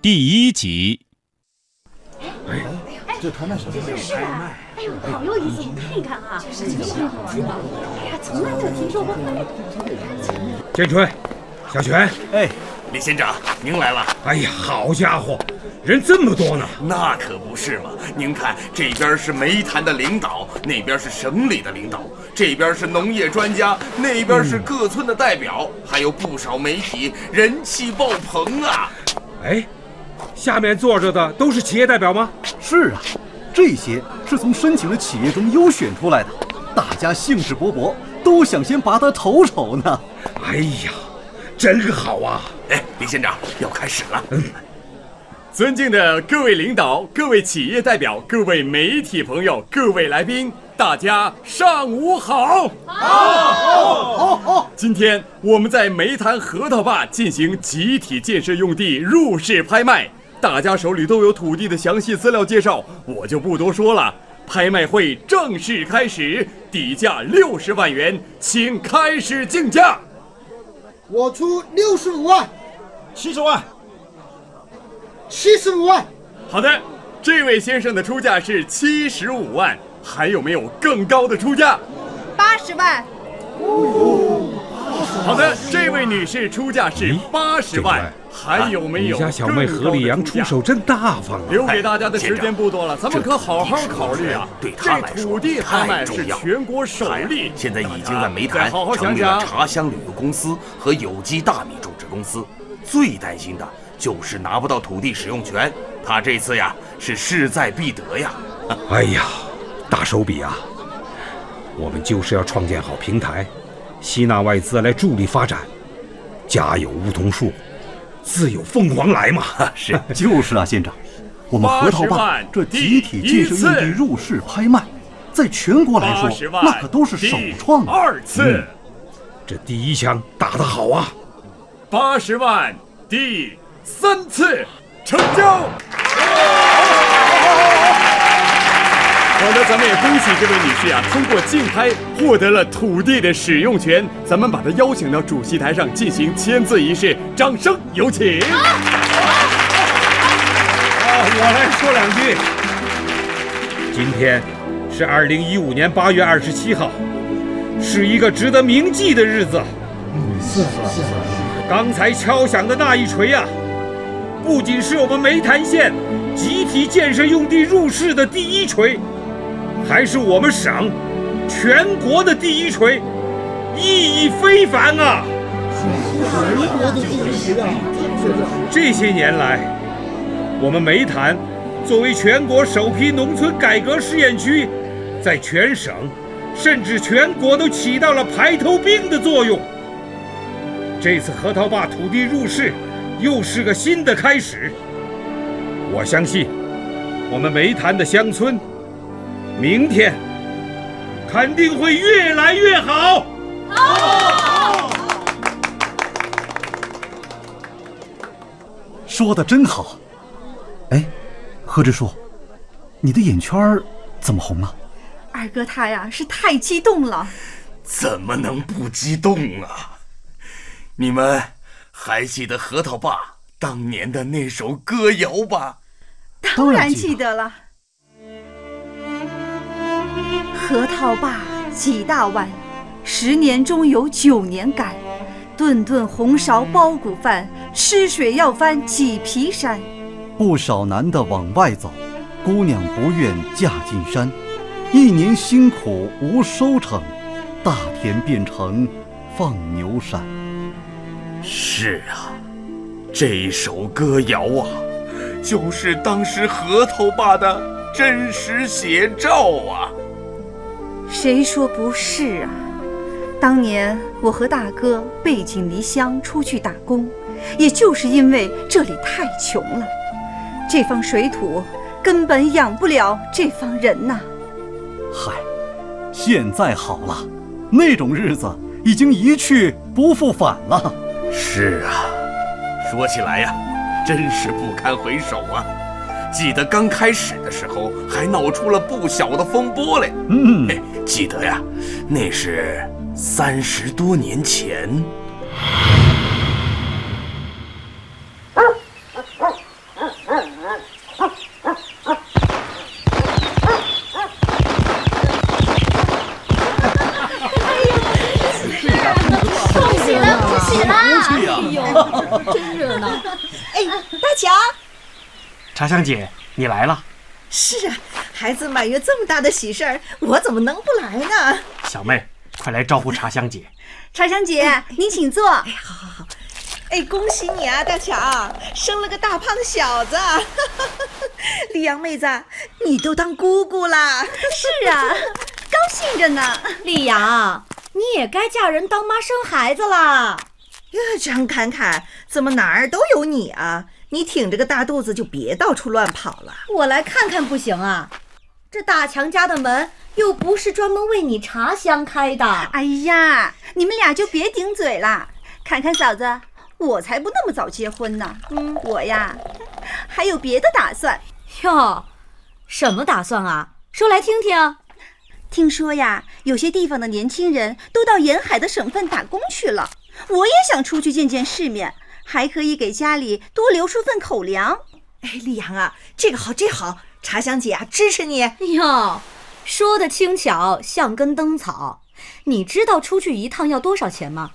第一集。哎这拍卖什么？是啊，哎呦，好有意思！你看一看啊，这个我不知道，哎呀，从来没有听说过。建春，小泉，哎，李县长，您来了。哎呀，好家伙，人这么多呢！那可不是嘛！您看，这边是煤炭的领导，那边是省里的领导，这边是农业专家，那边嗯是各村的代表，还有不少媒体，人气爆棚啊！哎，下面坐着的都是企业代表吗？是啊，这些是从申请的企业中优选出来的，大家兴致勃勃，都想先拔他头筹呢。哎呀，真好啊！哎，李县长要开始了。尊敬的各位领导、各位企业代表、各位媒体朋友、各位来宾，大家上午好！哦哦，今天我们在煤坛核桃坝进行集体建设用地入市拍卖，大家手里都有土地的详细资料介绍，我就不多说了。拍卖会正式开始，底价六十万元，请开始竞价。我出六十五万，七十万，七十五万，好的，这位先生的出价是七十五万，还有没有更高的出价？八十万，好的，这位女士出价是咦啊八十万，还有没你有？家小妹何丽阳出手。真大方啊！留给大家的时间不多哎了，咱们可好好考虑啊！对他这来说土地拍卖太是重要全国首哎例，现在已经在煤大家再炭好好成想立了想。茶乡旅游公司和有机大米种植公司。最担心的就是拿不到土地使用权，他这次呀是势在必得呀。哎呀，大手笔啊！我们就是要创建好平台，吸纳外资来助力发展。家有梧桐树，自有凤凰来嘛。是。就是啊，县长，我们核桃80坝万这集体建设用第地一次入市拍卖，在全国来八说十，万，那可都是首创第啊。二次嗯这第一枪打得好啊！八十万，第三次成交。好的，咱们也恭喜这位女士啊，通过竞拍获得了土地的使用权。咱们把她邀请到主席台上进行签字仪式，掌声有请。啊我来说两句。今天是二零一五年八月二十七号，是一个值得铭记的日子。刚才敲响的那一锤啊，不仅是我们梅潭县集体建设用地入市的第一锤，还是我们省全国的第一锤，意义非凡啊！这些年来，我们梅潭作为全国首批农村改革试验区，在全省甚至全国都起到了排头兵的作用。这次核桃坝土地入市，又是个新的开始。我相信，我们梅潭的乡村，明天肯定会越来越好。说的真好。哎，何支书，你的眼圈儿怎么红了？啊二哥他呀是太激动了。怎么能不激动啊？你们还记得核桃爸当年的那首歌谣吧？当当然然记记得了。核桃坝几大碗，十年中有九年赶，顿顿红苕包谷饭，吃水要翻几皮山。不少男的往外走，姑娘不愿嫁进山，一年辛苦无收成，大田变成放牛山。是啊，这首歌谣啊，就是当时核桃爸的真实写照啊。谁说不是啊？当年我和大哥背井离乡出去打工，也就是因为这里太穷了，这方水土根本养不了这方人呐、嗨，现在好了，那种日子已经一去不复返了。是啊，说起来呀、真是不堪回首啊。记得刚开始的时候，还闹出了不小的风波嘞。嗯，哎，记得呀，那是三十多年前。哎哎，大强，茶香姐，你来了。是啊，孩子满月这么大的喜事儿，我怎么能不来呢？小妹，快来招呼茶香姐。茶香姐，您请坐。哎，恭喜你啊，大强，生了个大胖小子！ 李阳妹子，你都当姑姑啦！是 啊，高兴着呢。丽阳，你也该嫁人当妈生孩子啦。呀，哎张侃侃，怎么哪儿都有你啊？你挺着个大肚子就别到处乱跑了。我来看看不行啊？这大强家的门又不是专门为你茶香开的。哎呀，你们俩就别顶嘴啦！侃侃嫂子，我才不那么早结婚呢。嗯，我呀，还有别的打算。哟，什么打算啊？说来听听。听说呀，有些地方的年轻人都到沿海的省份打工去了。我也想出去见见世面，还可以给家里多留出份口粮。哎，丽阳啊，这个好，这个好，茶香姐啊，支持你。哎呦，说的轻巧，像根灯草。你知道出去一趟要多少钱吗？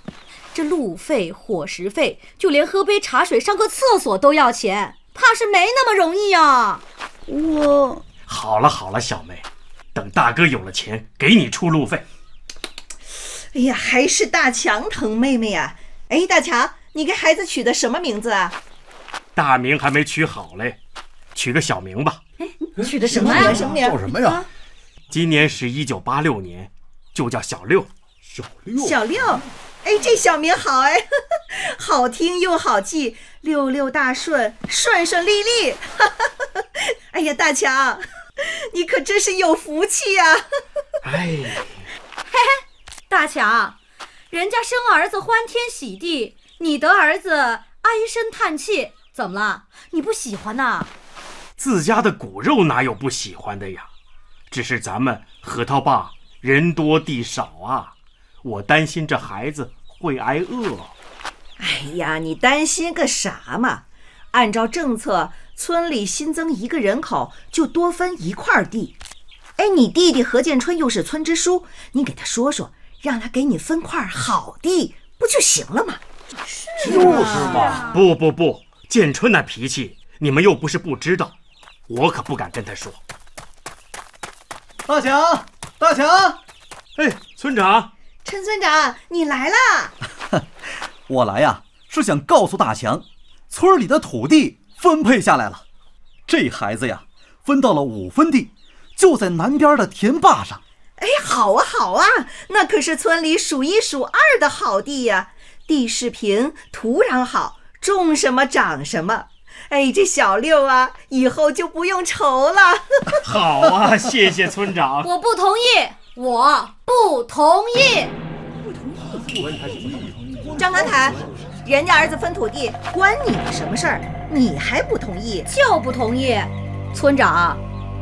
这路费、伙食费，就连喝杯茶水、上个厕所都要钱，怕是没那么容易啊。我好了好了，小妹，等大哥有了钱，给你出路费。哎呀，还是大强疼妹妹呀、啊！哎，大强，你给孩子取的什么名字啊？大名还没取好嘞，取个小名吧。哎，取的什么呀、啊？什么名？叫什么呀？啊、今年是一九八六年，就叫小六。小六。小六，哎，这小名好哎， 呵呵好听又好记，六六大顺，顺顺利利。 呵哎呀，大强，你可真是有福气呀、啊！哎，嘿嘿。大强，人家生儿子欢天喜地，你得儿子唉声叹气，怎么了？你不喜欢呐？自家的骨肉哪有不喜欢的呀？只是咱们核桃坝人多地少啊，我担心这孩子会挨饿。哎呀，你担心个啥嘛？按照政策，村里新增一个人口就多分一块地。哎，你弟弟何建春又是村支书，你给他说说。让他给你分块好地，不就行了吗？是就是嘛！不不不，建春那脾气，你们又不是不知道，我可不敢跟他说。大强，大强，哎，村长，陈村长，你来啦！我来呀、啊，是想告诉大强，村里的土地分配下来了，这孩子呀，分到了五分地，就在南边的田坝上。哎，好啊，好啊，那可是村里数一数二的好地呀、啊！地势平，土壤好，种什么长什么。哎，这小六啊，以后就不用愁了。 好啊，谢谢村长。我不同意，我不同意，不同意。张侃侃，人家儿子分土地，关你什么事儿？你还不同意？就不同意，村长，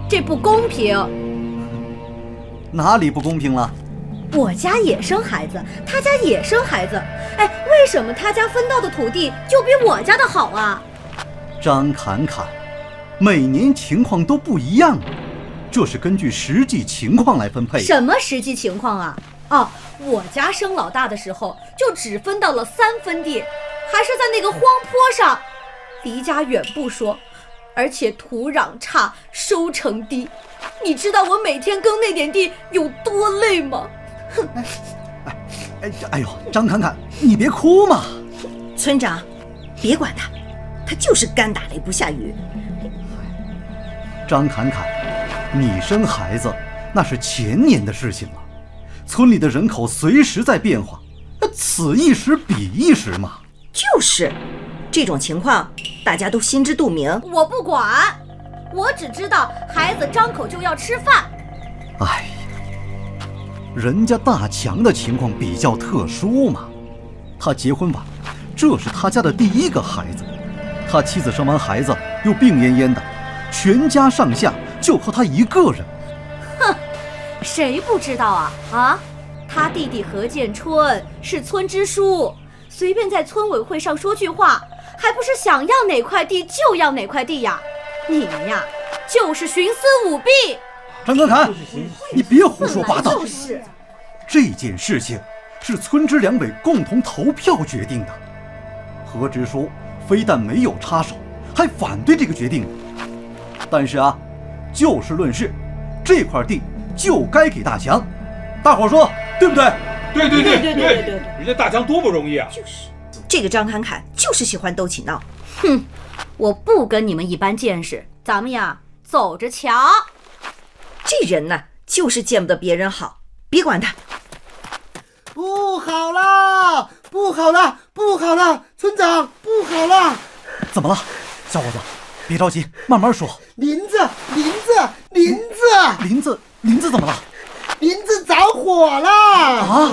这不公平。哪里不公平了？我家也生孩子，他家也生孩子，哎，为什么他家分到的土地就比我家的好啊？张侃侃，每年情况都不一样，这是根据实际情况来分配。什么实际情况啊？哦，我家生老大的时候就只分到了三分地，还是在那个荒坡上，离家远不说，而且土壤差，收成低。你知道我每天耕那点地有多累吗？哼！哎哎哎呦，张侃侃，你别哭嘛！村长，别管他，他就是干打雷不下雨。张侃侃，你生孩子那是前年的事情了，村里的人口随时在变化，此一时彼一时嘛。就是这种情况，大家都心知肚明。我不管。我只知道孩子张口就要吃饭。哎呀，人家大强的情况比较特殊嘛，他结婚晚，这是他家的第一个孩子，他妻子生完孩子又病恹恹的，全家上下就靠他一个人。哼，谁不知道啊啊！他弟弟何建春是村支书，随便在村委会上说句话，还不是想要哪块地就要哪块地呀？你们呀，就是徇私舞弊！张可凯，你别胡说八道。就是，这件事情是村支两委共同投票决定的。何支书非但没有插手，还反对这个决定。但是啊，就事论事，这块地就该给大强。大伙说对不对？对对对对对对对人家大强多不容易啊！这个张侃侃就是喜欢斗起闹。哼，我不跟你们一般见识，咱们呀走着瞧。这人呢，就是见不得别人好，别管他。不好啦，不好啦，不好啦，村长，不好啦！怎么了，小伙子？别着急，慢慢说。林子，林子，林子，林子，林子怎么了？林子着火啦！啊！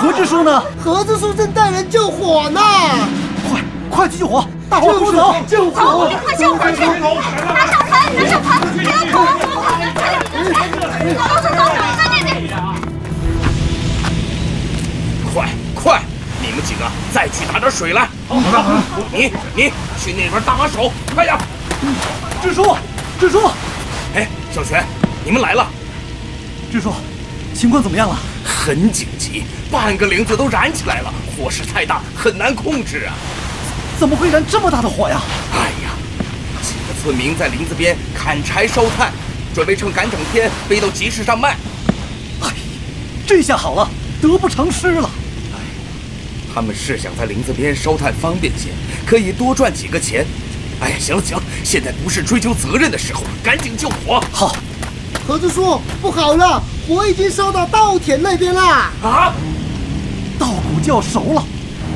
何支书呢？何支书正带人救火呢！快，快去救火！大伙儿出走！救哦火！你快救火去！拿上盆，拿上盆，不要捅我捅我！快点，你的盆！哦走走走走，快点点！快快，你们几个再去打点水来。好的，你你去那边搭把手，快点。支书，支书，哎，小泉，你们来了。支书，情况怎么样了？很紧急，半个林子都燃起来了，火势太大，很难控制啊。怎么会燃这么大的火呀？哎呀，几个村民在林子边砍柴烧炭，准备趁赶整天背到集市上卖。哎这下好了，得不偿失了。他们是想在林子边烧炭方便些，可以多赚几个钱。哎呀，行了行了，现在不是追究责任的时候，赶紧救火。好，何支书，不好了，火已经烧到稻田那边啦！啊，稻谷就要熟了，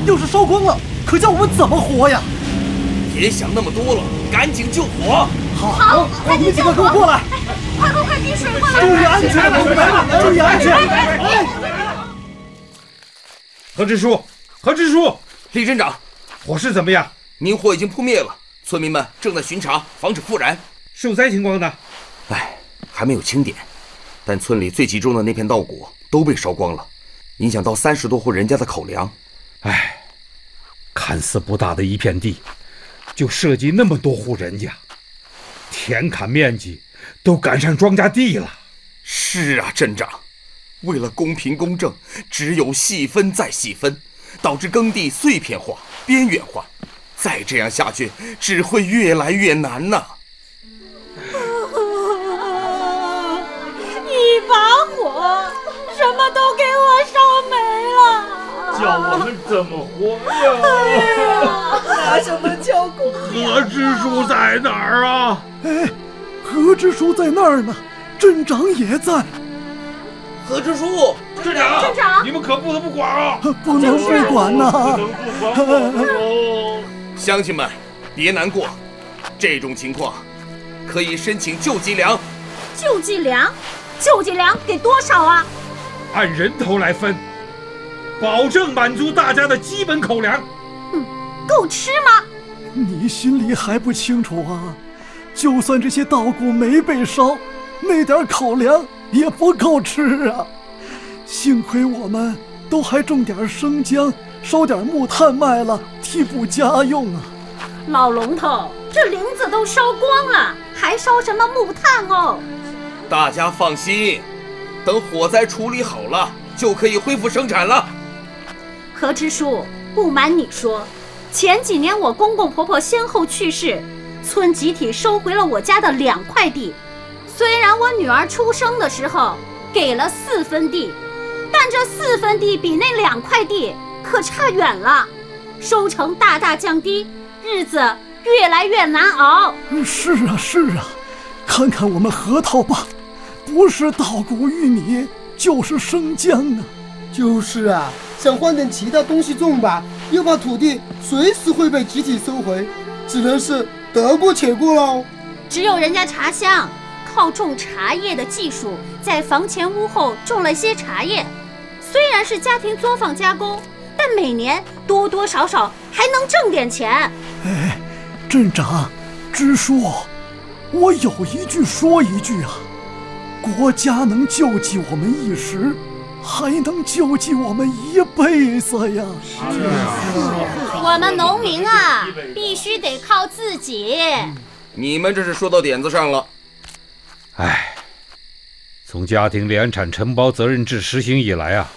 要是烧光了，可叫我们怎么活呀？别想那么多了，赶紧救火。好，好，快你们去几救个火！跟我过来，快快快，滴水过来！注意安全，朋友们，注意安全。何支书，何支书，李镇长，火势怎么样？明火已经扑灭了，村民们正在巡查，防止复燃。受灾情况呢？哎，还没有清点，但村里最集中的那片稻谷都被烧光了，影响到三十多户人家的口粮。哎，看似不大的一片地，就涉及那么多户人家，田坎面积都赶上庄稼地了。是啊，镇长，为了公平公正，只有细分再细分，导致耕地碎片化、边缘化。再这样下去，只会越来越难呐、一把火，什么都给我烧没了，叫我们怎么活呀？拿什么救苦？何支书在哪儿啊？哎，何支书在那儿呢，镇长也在。何支书，镇长，镇长你们可不能不管啊！不能不管呐、乡亲们，别难过，这种情况可以申请救济粮。救济粮，救济粮给多少啊？按人头来分，保证满足大家的基本口粮。嗯够吃吗？你心里还不清楚啊？就算这些稻谷没被烧，那点口粮也不够吃啊！幸亏我们都还种点生姜，烧点木炭卖了，替补家用啊！老龙头，这林子都烧光了，还烧什么木炭哦？大家放心，等火灾处理好了，就可以恢复生产了。何支书，不瞒你说，前几年我公公婆婆先后去世，村集体收回了我家的两块地。虽然我女儿出生的时候给了四分地，但这四分地比那两块地可差远了，收成大大降低，日子越来越难熬。是啊，是啊，看看我们核桃吧，不是稻谷玉米就是生姜啊！就是啊，想换点其他东西种吧，又怕土地随时会被集体收回，只能是得过且过喽。只有人家茶乡靠种茶叶的技术，在房前屋后种了些茶叶，虽然是家庭作坊加工，但每年多多少少还能挣点钱。哎，镇长，支书，我有一句说一句啊，国家能救济我们一时，还能救济我们一辈子呀！啊我们农民啊，必须得靠自己。你们这是说到点子上了。唉，从家庭联产承包责任制实行以来啊，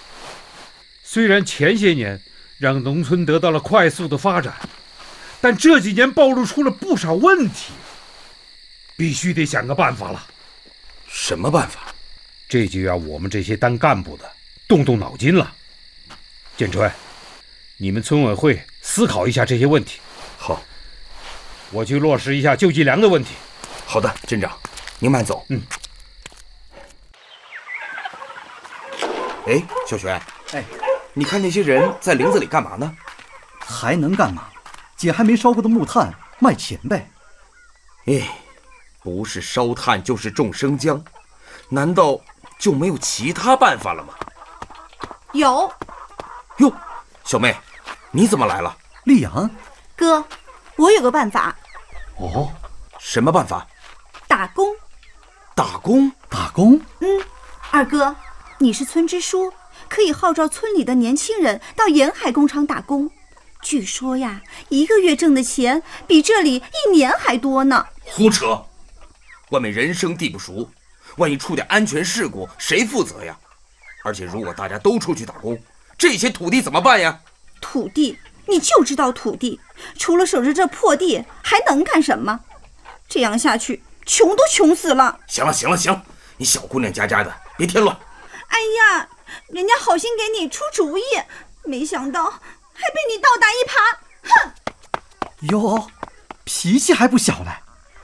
虽然前些年让农村得到了快速的发展，但这几年暴露出了不少问题，必须得想个办法了。什么办法？这就要我们这些当干部的动动脑筋了。建春，你们村委会思考一下这些问题。好，我去落实一下救济粮的问题。好的，镇长，您慢走。嗯。哎，小璇，哎，你看那些人在林子里干嘛呢？还能干嘛？姐还没烧过的木炭卖钱呗。哎，不是烧炭就是种生姜，难道就没有其他办法了吗？有哟，小妹，你怎么来了？丽阳，哥，我有个办法，哦，什么办法？打工。打工？打工？嗯，二哥，你是村支书，可以号召村里的年轻人到沿海工厂打工。据说呀，一个月挣的钱比这里一年还多呢。胡扯！外面人生地不熟，万一出点安全事故，谁负责呀？而且如果大家都出去打工，这些土地怎么办呀？土地，你就知道土地，除了守着这破地，还能干什么？这样下去，穷都穷死了。行了，行了，行，你小姑娘家家的，别添乱。哎呀，人家好心给你出主意，没想到还被你倒打一耙，哼！哟，脾气还不小嘞。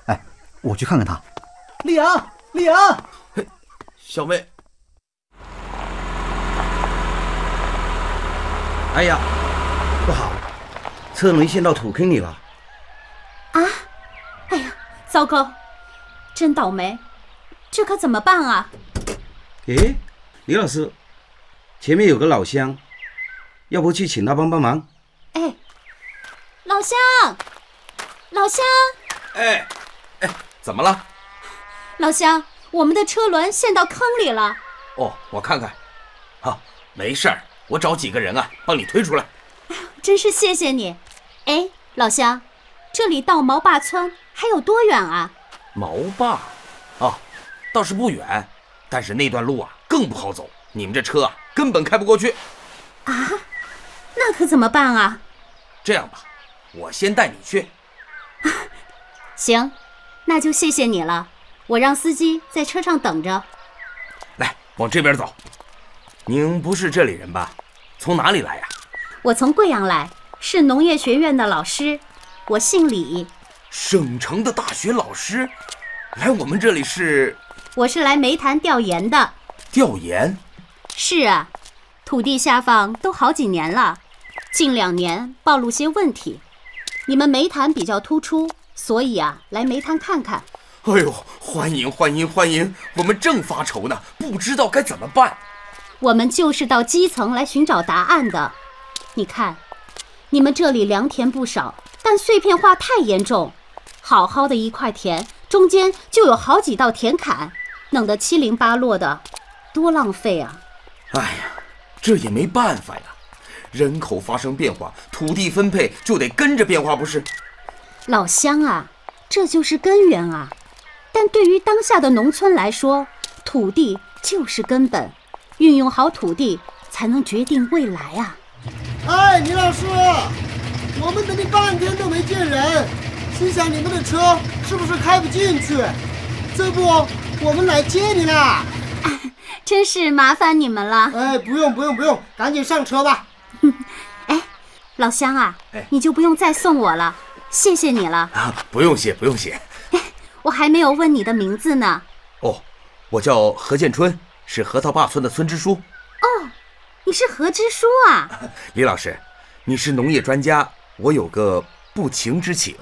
哎，我去看看他。丽阳，丽阳，小妹。哎呀，不好，车轮陷到土坑里了。啊！哎呀，糟糕，真倒霉，这可怎么办啊？诶，李老师，前面有个老乡，要不去请他帮帮忙？哎，老乡，老乡，哎，哎，怎么了？老乡，我们的车轮陷到坑里了。哦，我看看。啊，没事儿，我找几个人啊，帮你推出来。真是谢谢你。哎，老乡，这里到毛坝村还有多远啊？毛坝，啊，倒是不远，但是那段路啊更不好走，你们这车啊根本开不过去。啊，那可怎么办啊？这样吧，我先带你去。行，那就谢谢你了。我让司机在车上等着。来，往这边走。您不是这里人吧？从哪里来呀、我从贵阳来，是农业学院的老师，我姓李。省城的大学老师，来我们这里是我是来煤炭调研的。调研。是啊，土地下放都好几年了，近两年暴露些问题。你们煤炭比较突出，所以啊，来煤炭看看。哎呦，欢迎欢迎欢迎！我们正发愁呢，不知道该怎么办。我们就是到基层来寻找答案的。你看，你们这里良田不少，但碎片化太严重，好好的一块田，中间就有好几道田坎，弄得七零八落的，多浪费啊！哎呀，这也没办法呀，人口发生变化，土地分配就得跟着变化，不是？老乡啊，这就是根源啊。但对于当下的农村来说，土地就是根本，运用好土地才能决定未来啊。哎，李老师，我们等你半天都没见人，心想你们的车是不是开不进去？这不，我们来接你啦！真是麻烦你们了。哎，不用不用不用，赶紧上车 吧。哎哎老乡啊，你就不用再送我了，谢谢你了。啊，不用谢，不用谢。我还没有问你的名字呢。哦，我叫何建春，是核桃坝村的村支书。哦，你是何支书 啊？李老师，你是农业专家，我有个不情之请，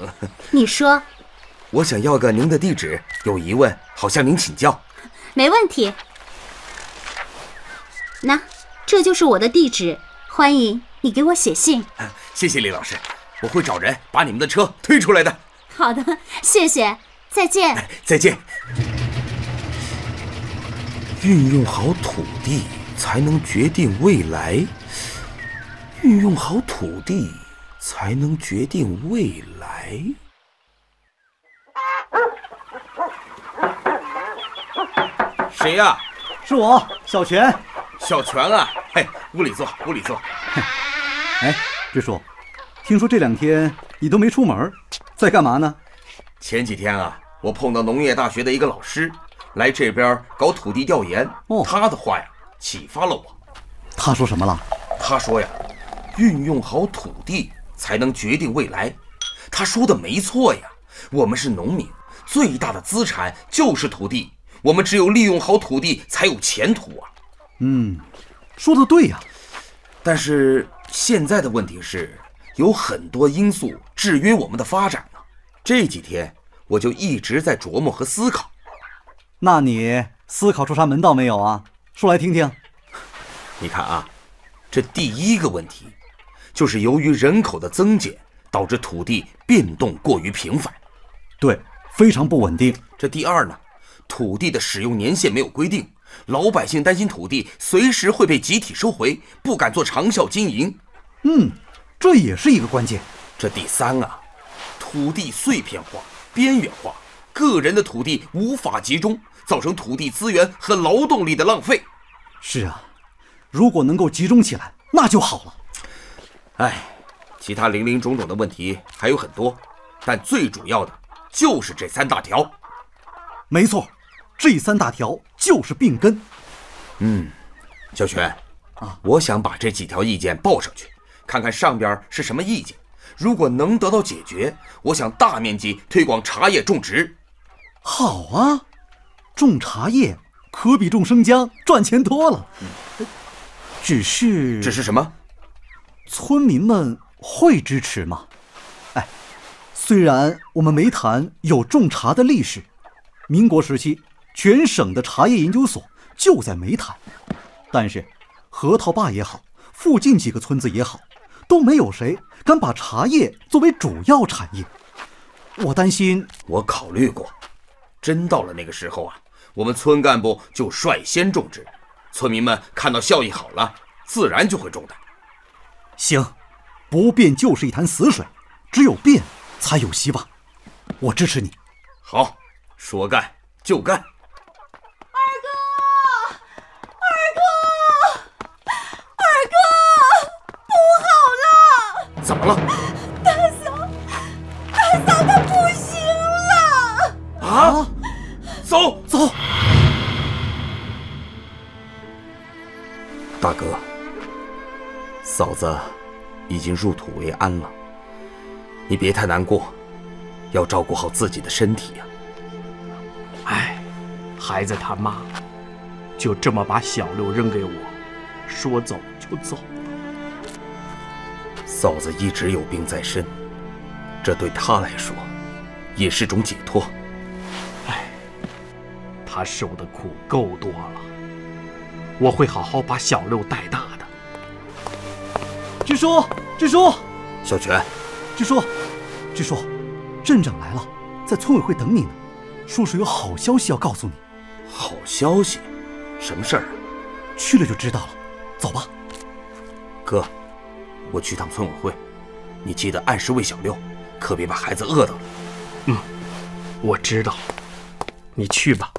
你说，我想要个您的地址，有疑问好向您请教。没问题。那这就是我的地址，欢迎你给我写信。谢谢李老师，我会找人把你们的车推出来的。好的，谢谢，再见。再见。运用好土地，才能决定未来；运用好土地，才能决定未来。谁呀、是我，小泉。小泉啊！嘿，屋里坐，屋里坐。哎，支书，听说这两天你都没出门，在干嘛呢？前几天啊，我碰到农业大学的一个老师来这边搞土地调研，哦他的话呀启发了我。他说什么了？他说呀，运用好土地才能决定未来。他说的没错呀，我们是农民，最大的资产就是土地，我们只有利用好土地才有前途啊。嗯，说的对呀。但是现在的问题是，有很多因素制约我们的发展呢、这几天我就一直在琢磨和思考。那你思考出啥门道没有啊？说来听听。你看啊，这第一个问题就是由于人口的增减，导致土地变动过于频繁。对，非常不稳定。这第二呢，土地的使用年限没有规定，老百姓担心土地随时会被集体收回，不敢做长效经营。嗯，这也是一个关键。这第三啊，土地碎片化、边缘化，个人的土地无法集中，造成土地资源和劳动力的浪费。是啊，如果能够集中起来，那就好了。哎，其他零零种种的问题还有很多，但最主要的就是这三大条。没错，这三大条就是病根。嗯，小泉啊，我想把这几条意见报上去，看看上边是什么意见。如果能得到解决，我想大面积推广茶叶种植。好啊，种茶叶可比种生姜赚钱多了。只是，只是什么？村民们会支持吗？哎，虽然我们梅潭有种茶的历史，民国时期全省的茶叶研究所就在梅潭，但是核桃坝也好，附近几个村子也好，都没有谁敢把茶叶作为主要产业。我担心，我考虑过，真到了那个时候啊，我们村干部就率先种植，村民们看到效益好了，自然就会种的。行，不变就是一潭死水，只有变才有希望。我支持你。好，说干就干。二哥，不好了！怎么了？大嫂，大嫂她不行了！啊！走走，大哥，嫂子已经入土为安了，你别太难过，要照顾好自己的身体呀、 孩子他妈就这么把小六扔给我，说走就走。嫂子一直有病在身，这对她来说也是种解脱。他受的苦够多了，我会好好把小六带大的。支书，支书，小泉，支书，支书，镇长来了，在村委会等你呢。叔叔有好消息要告诉你。好消息？什么事儿？啊去了就知道了。走吧。哥，我去趟村委会，你记得按时喂小六，可别把孩子饿到了。嗯，我知道，你去吧。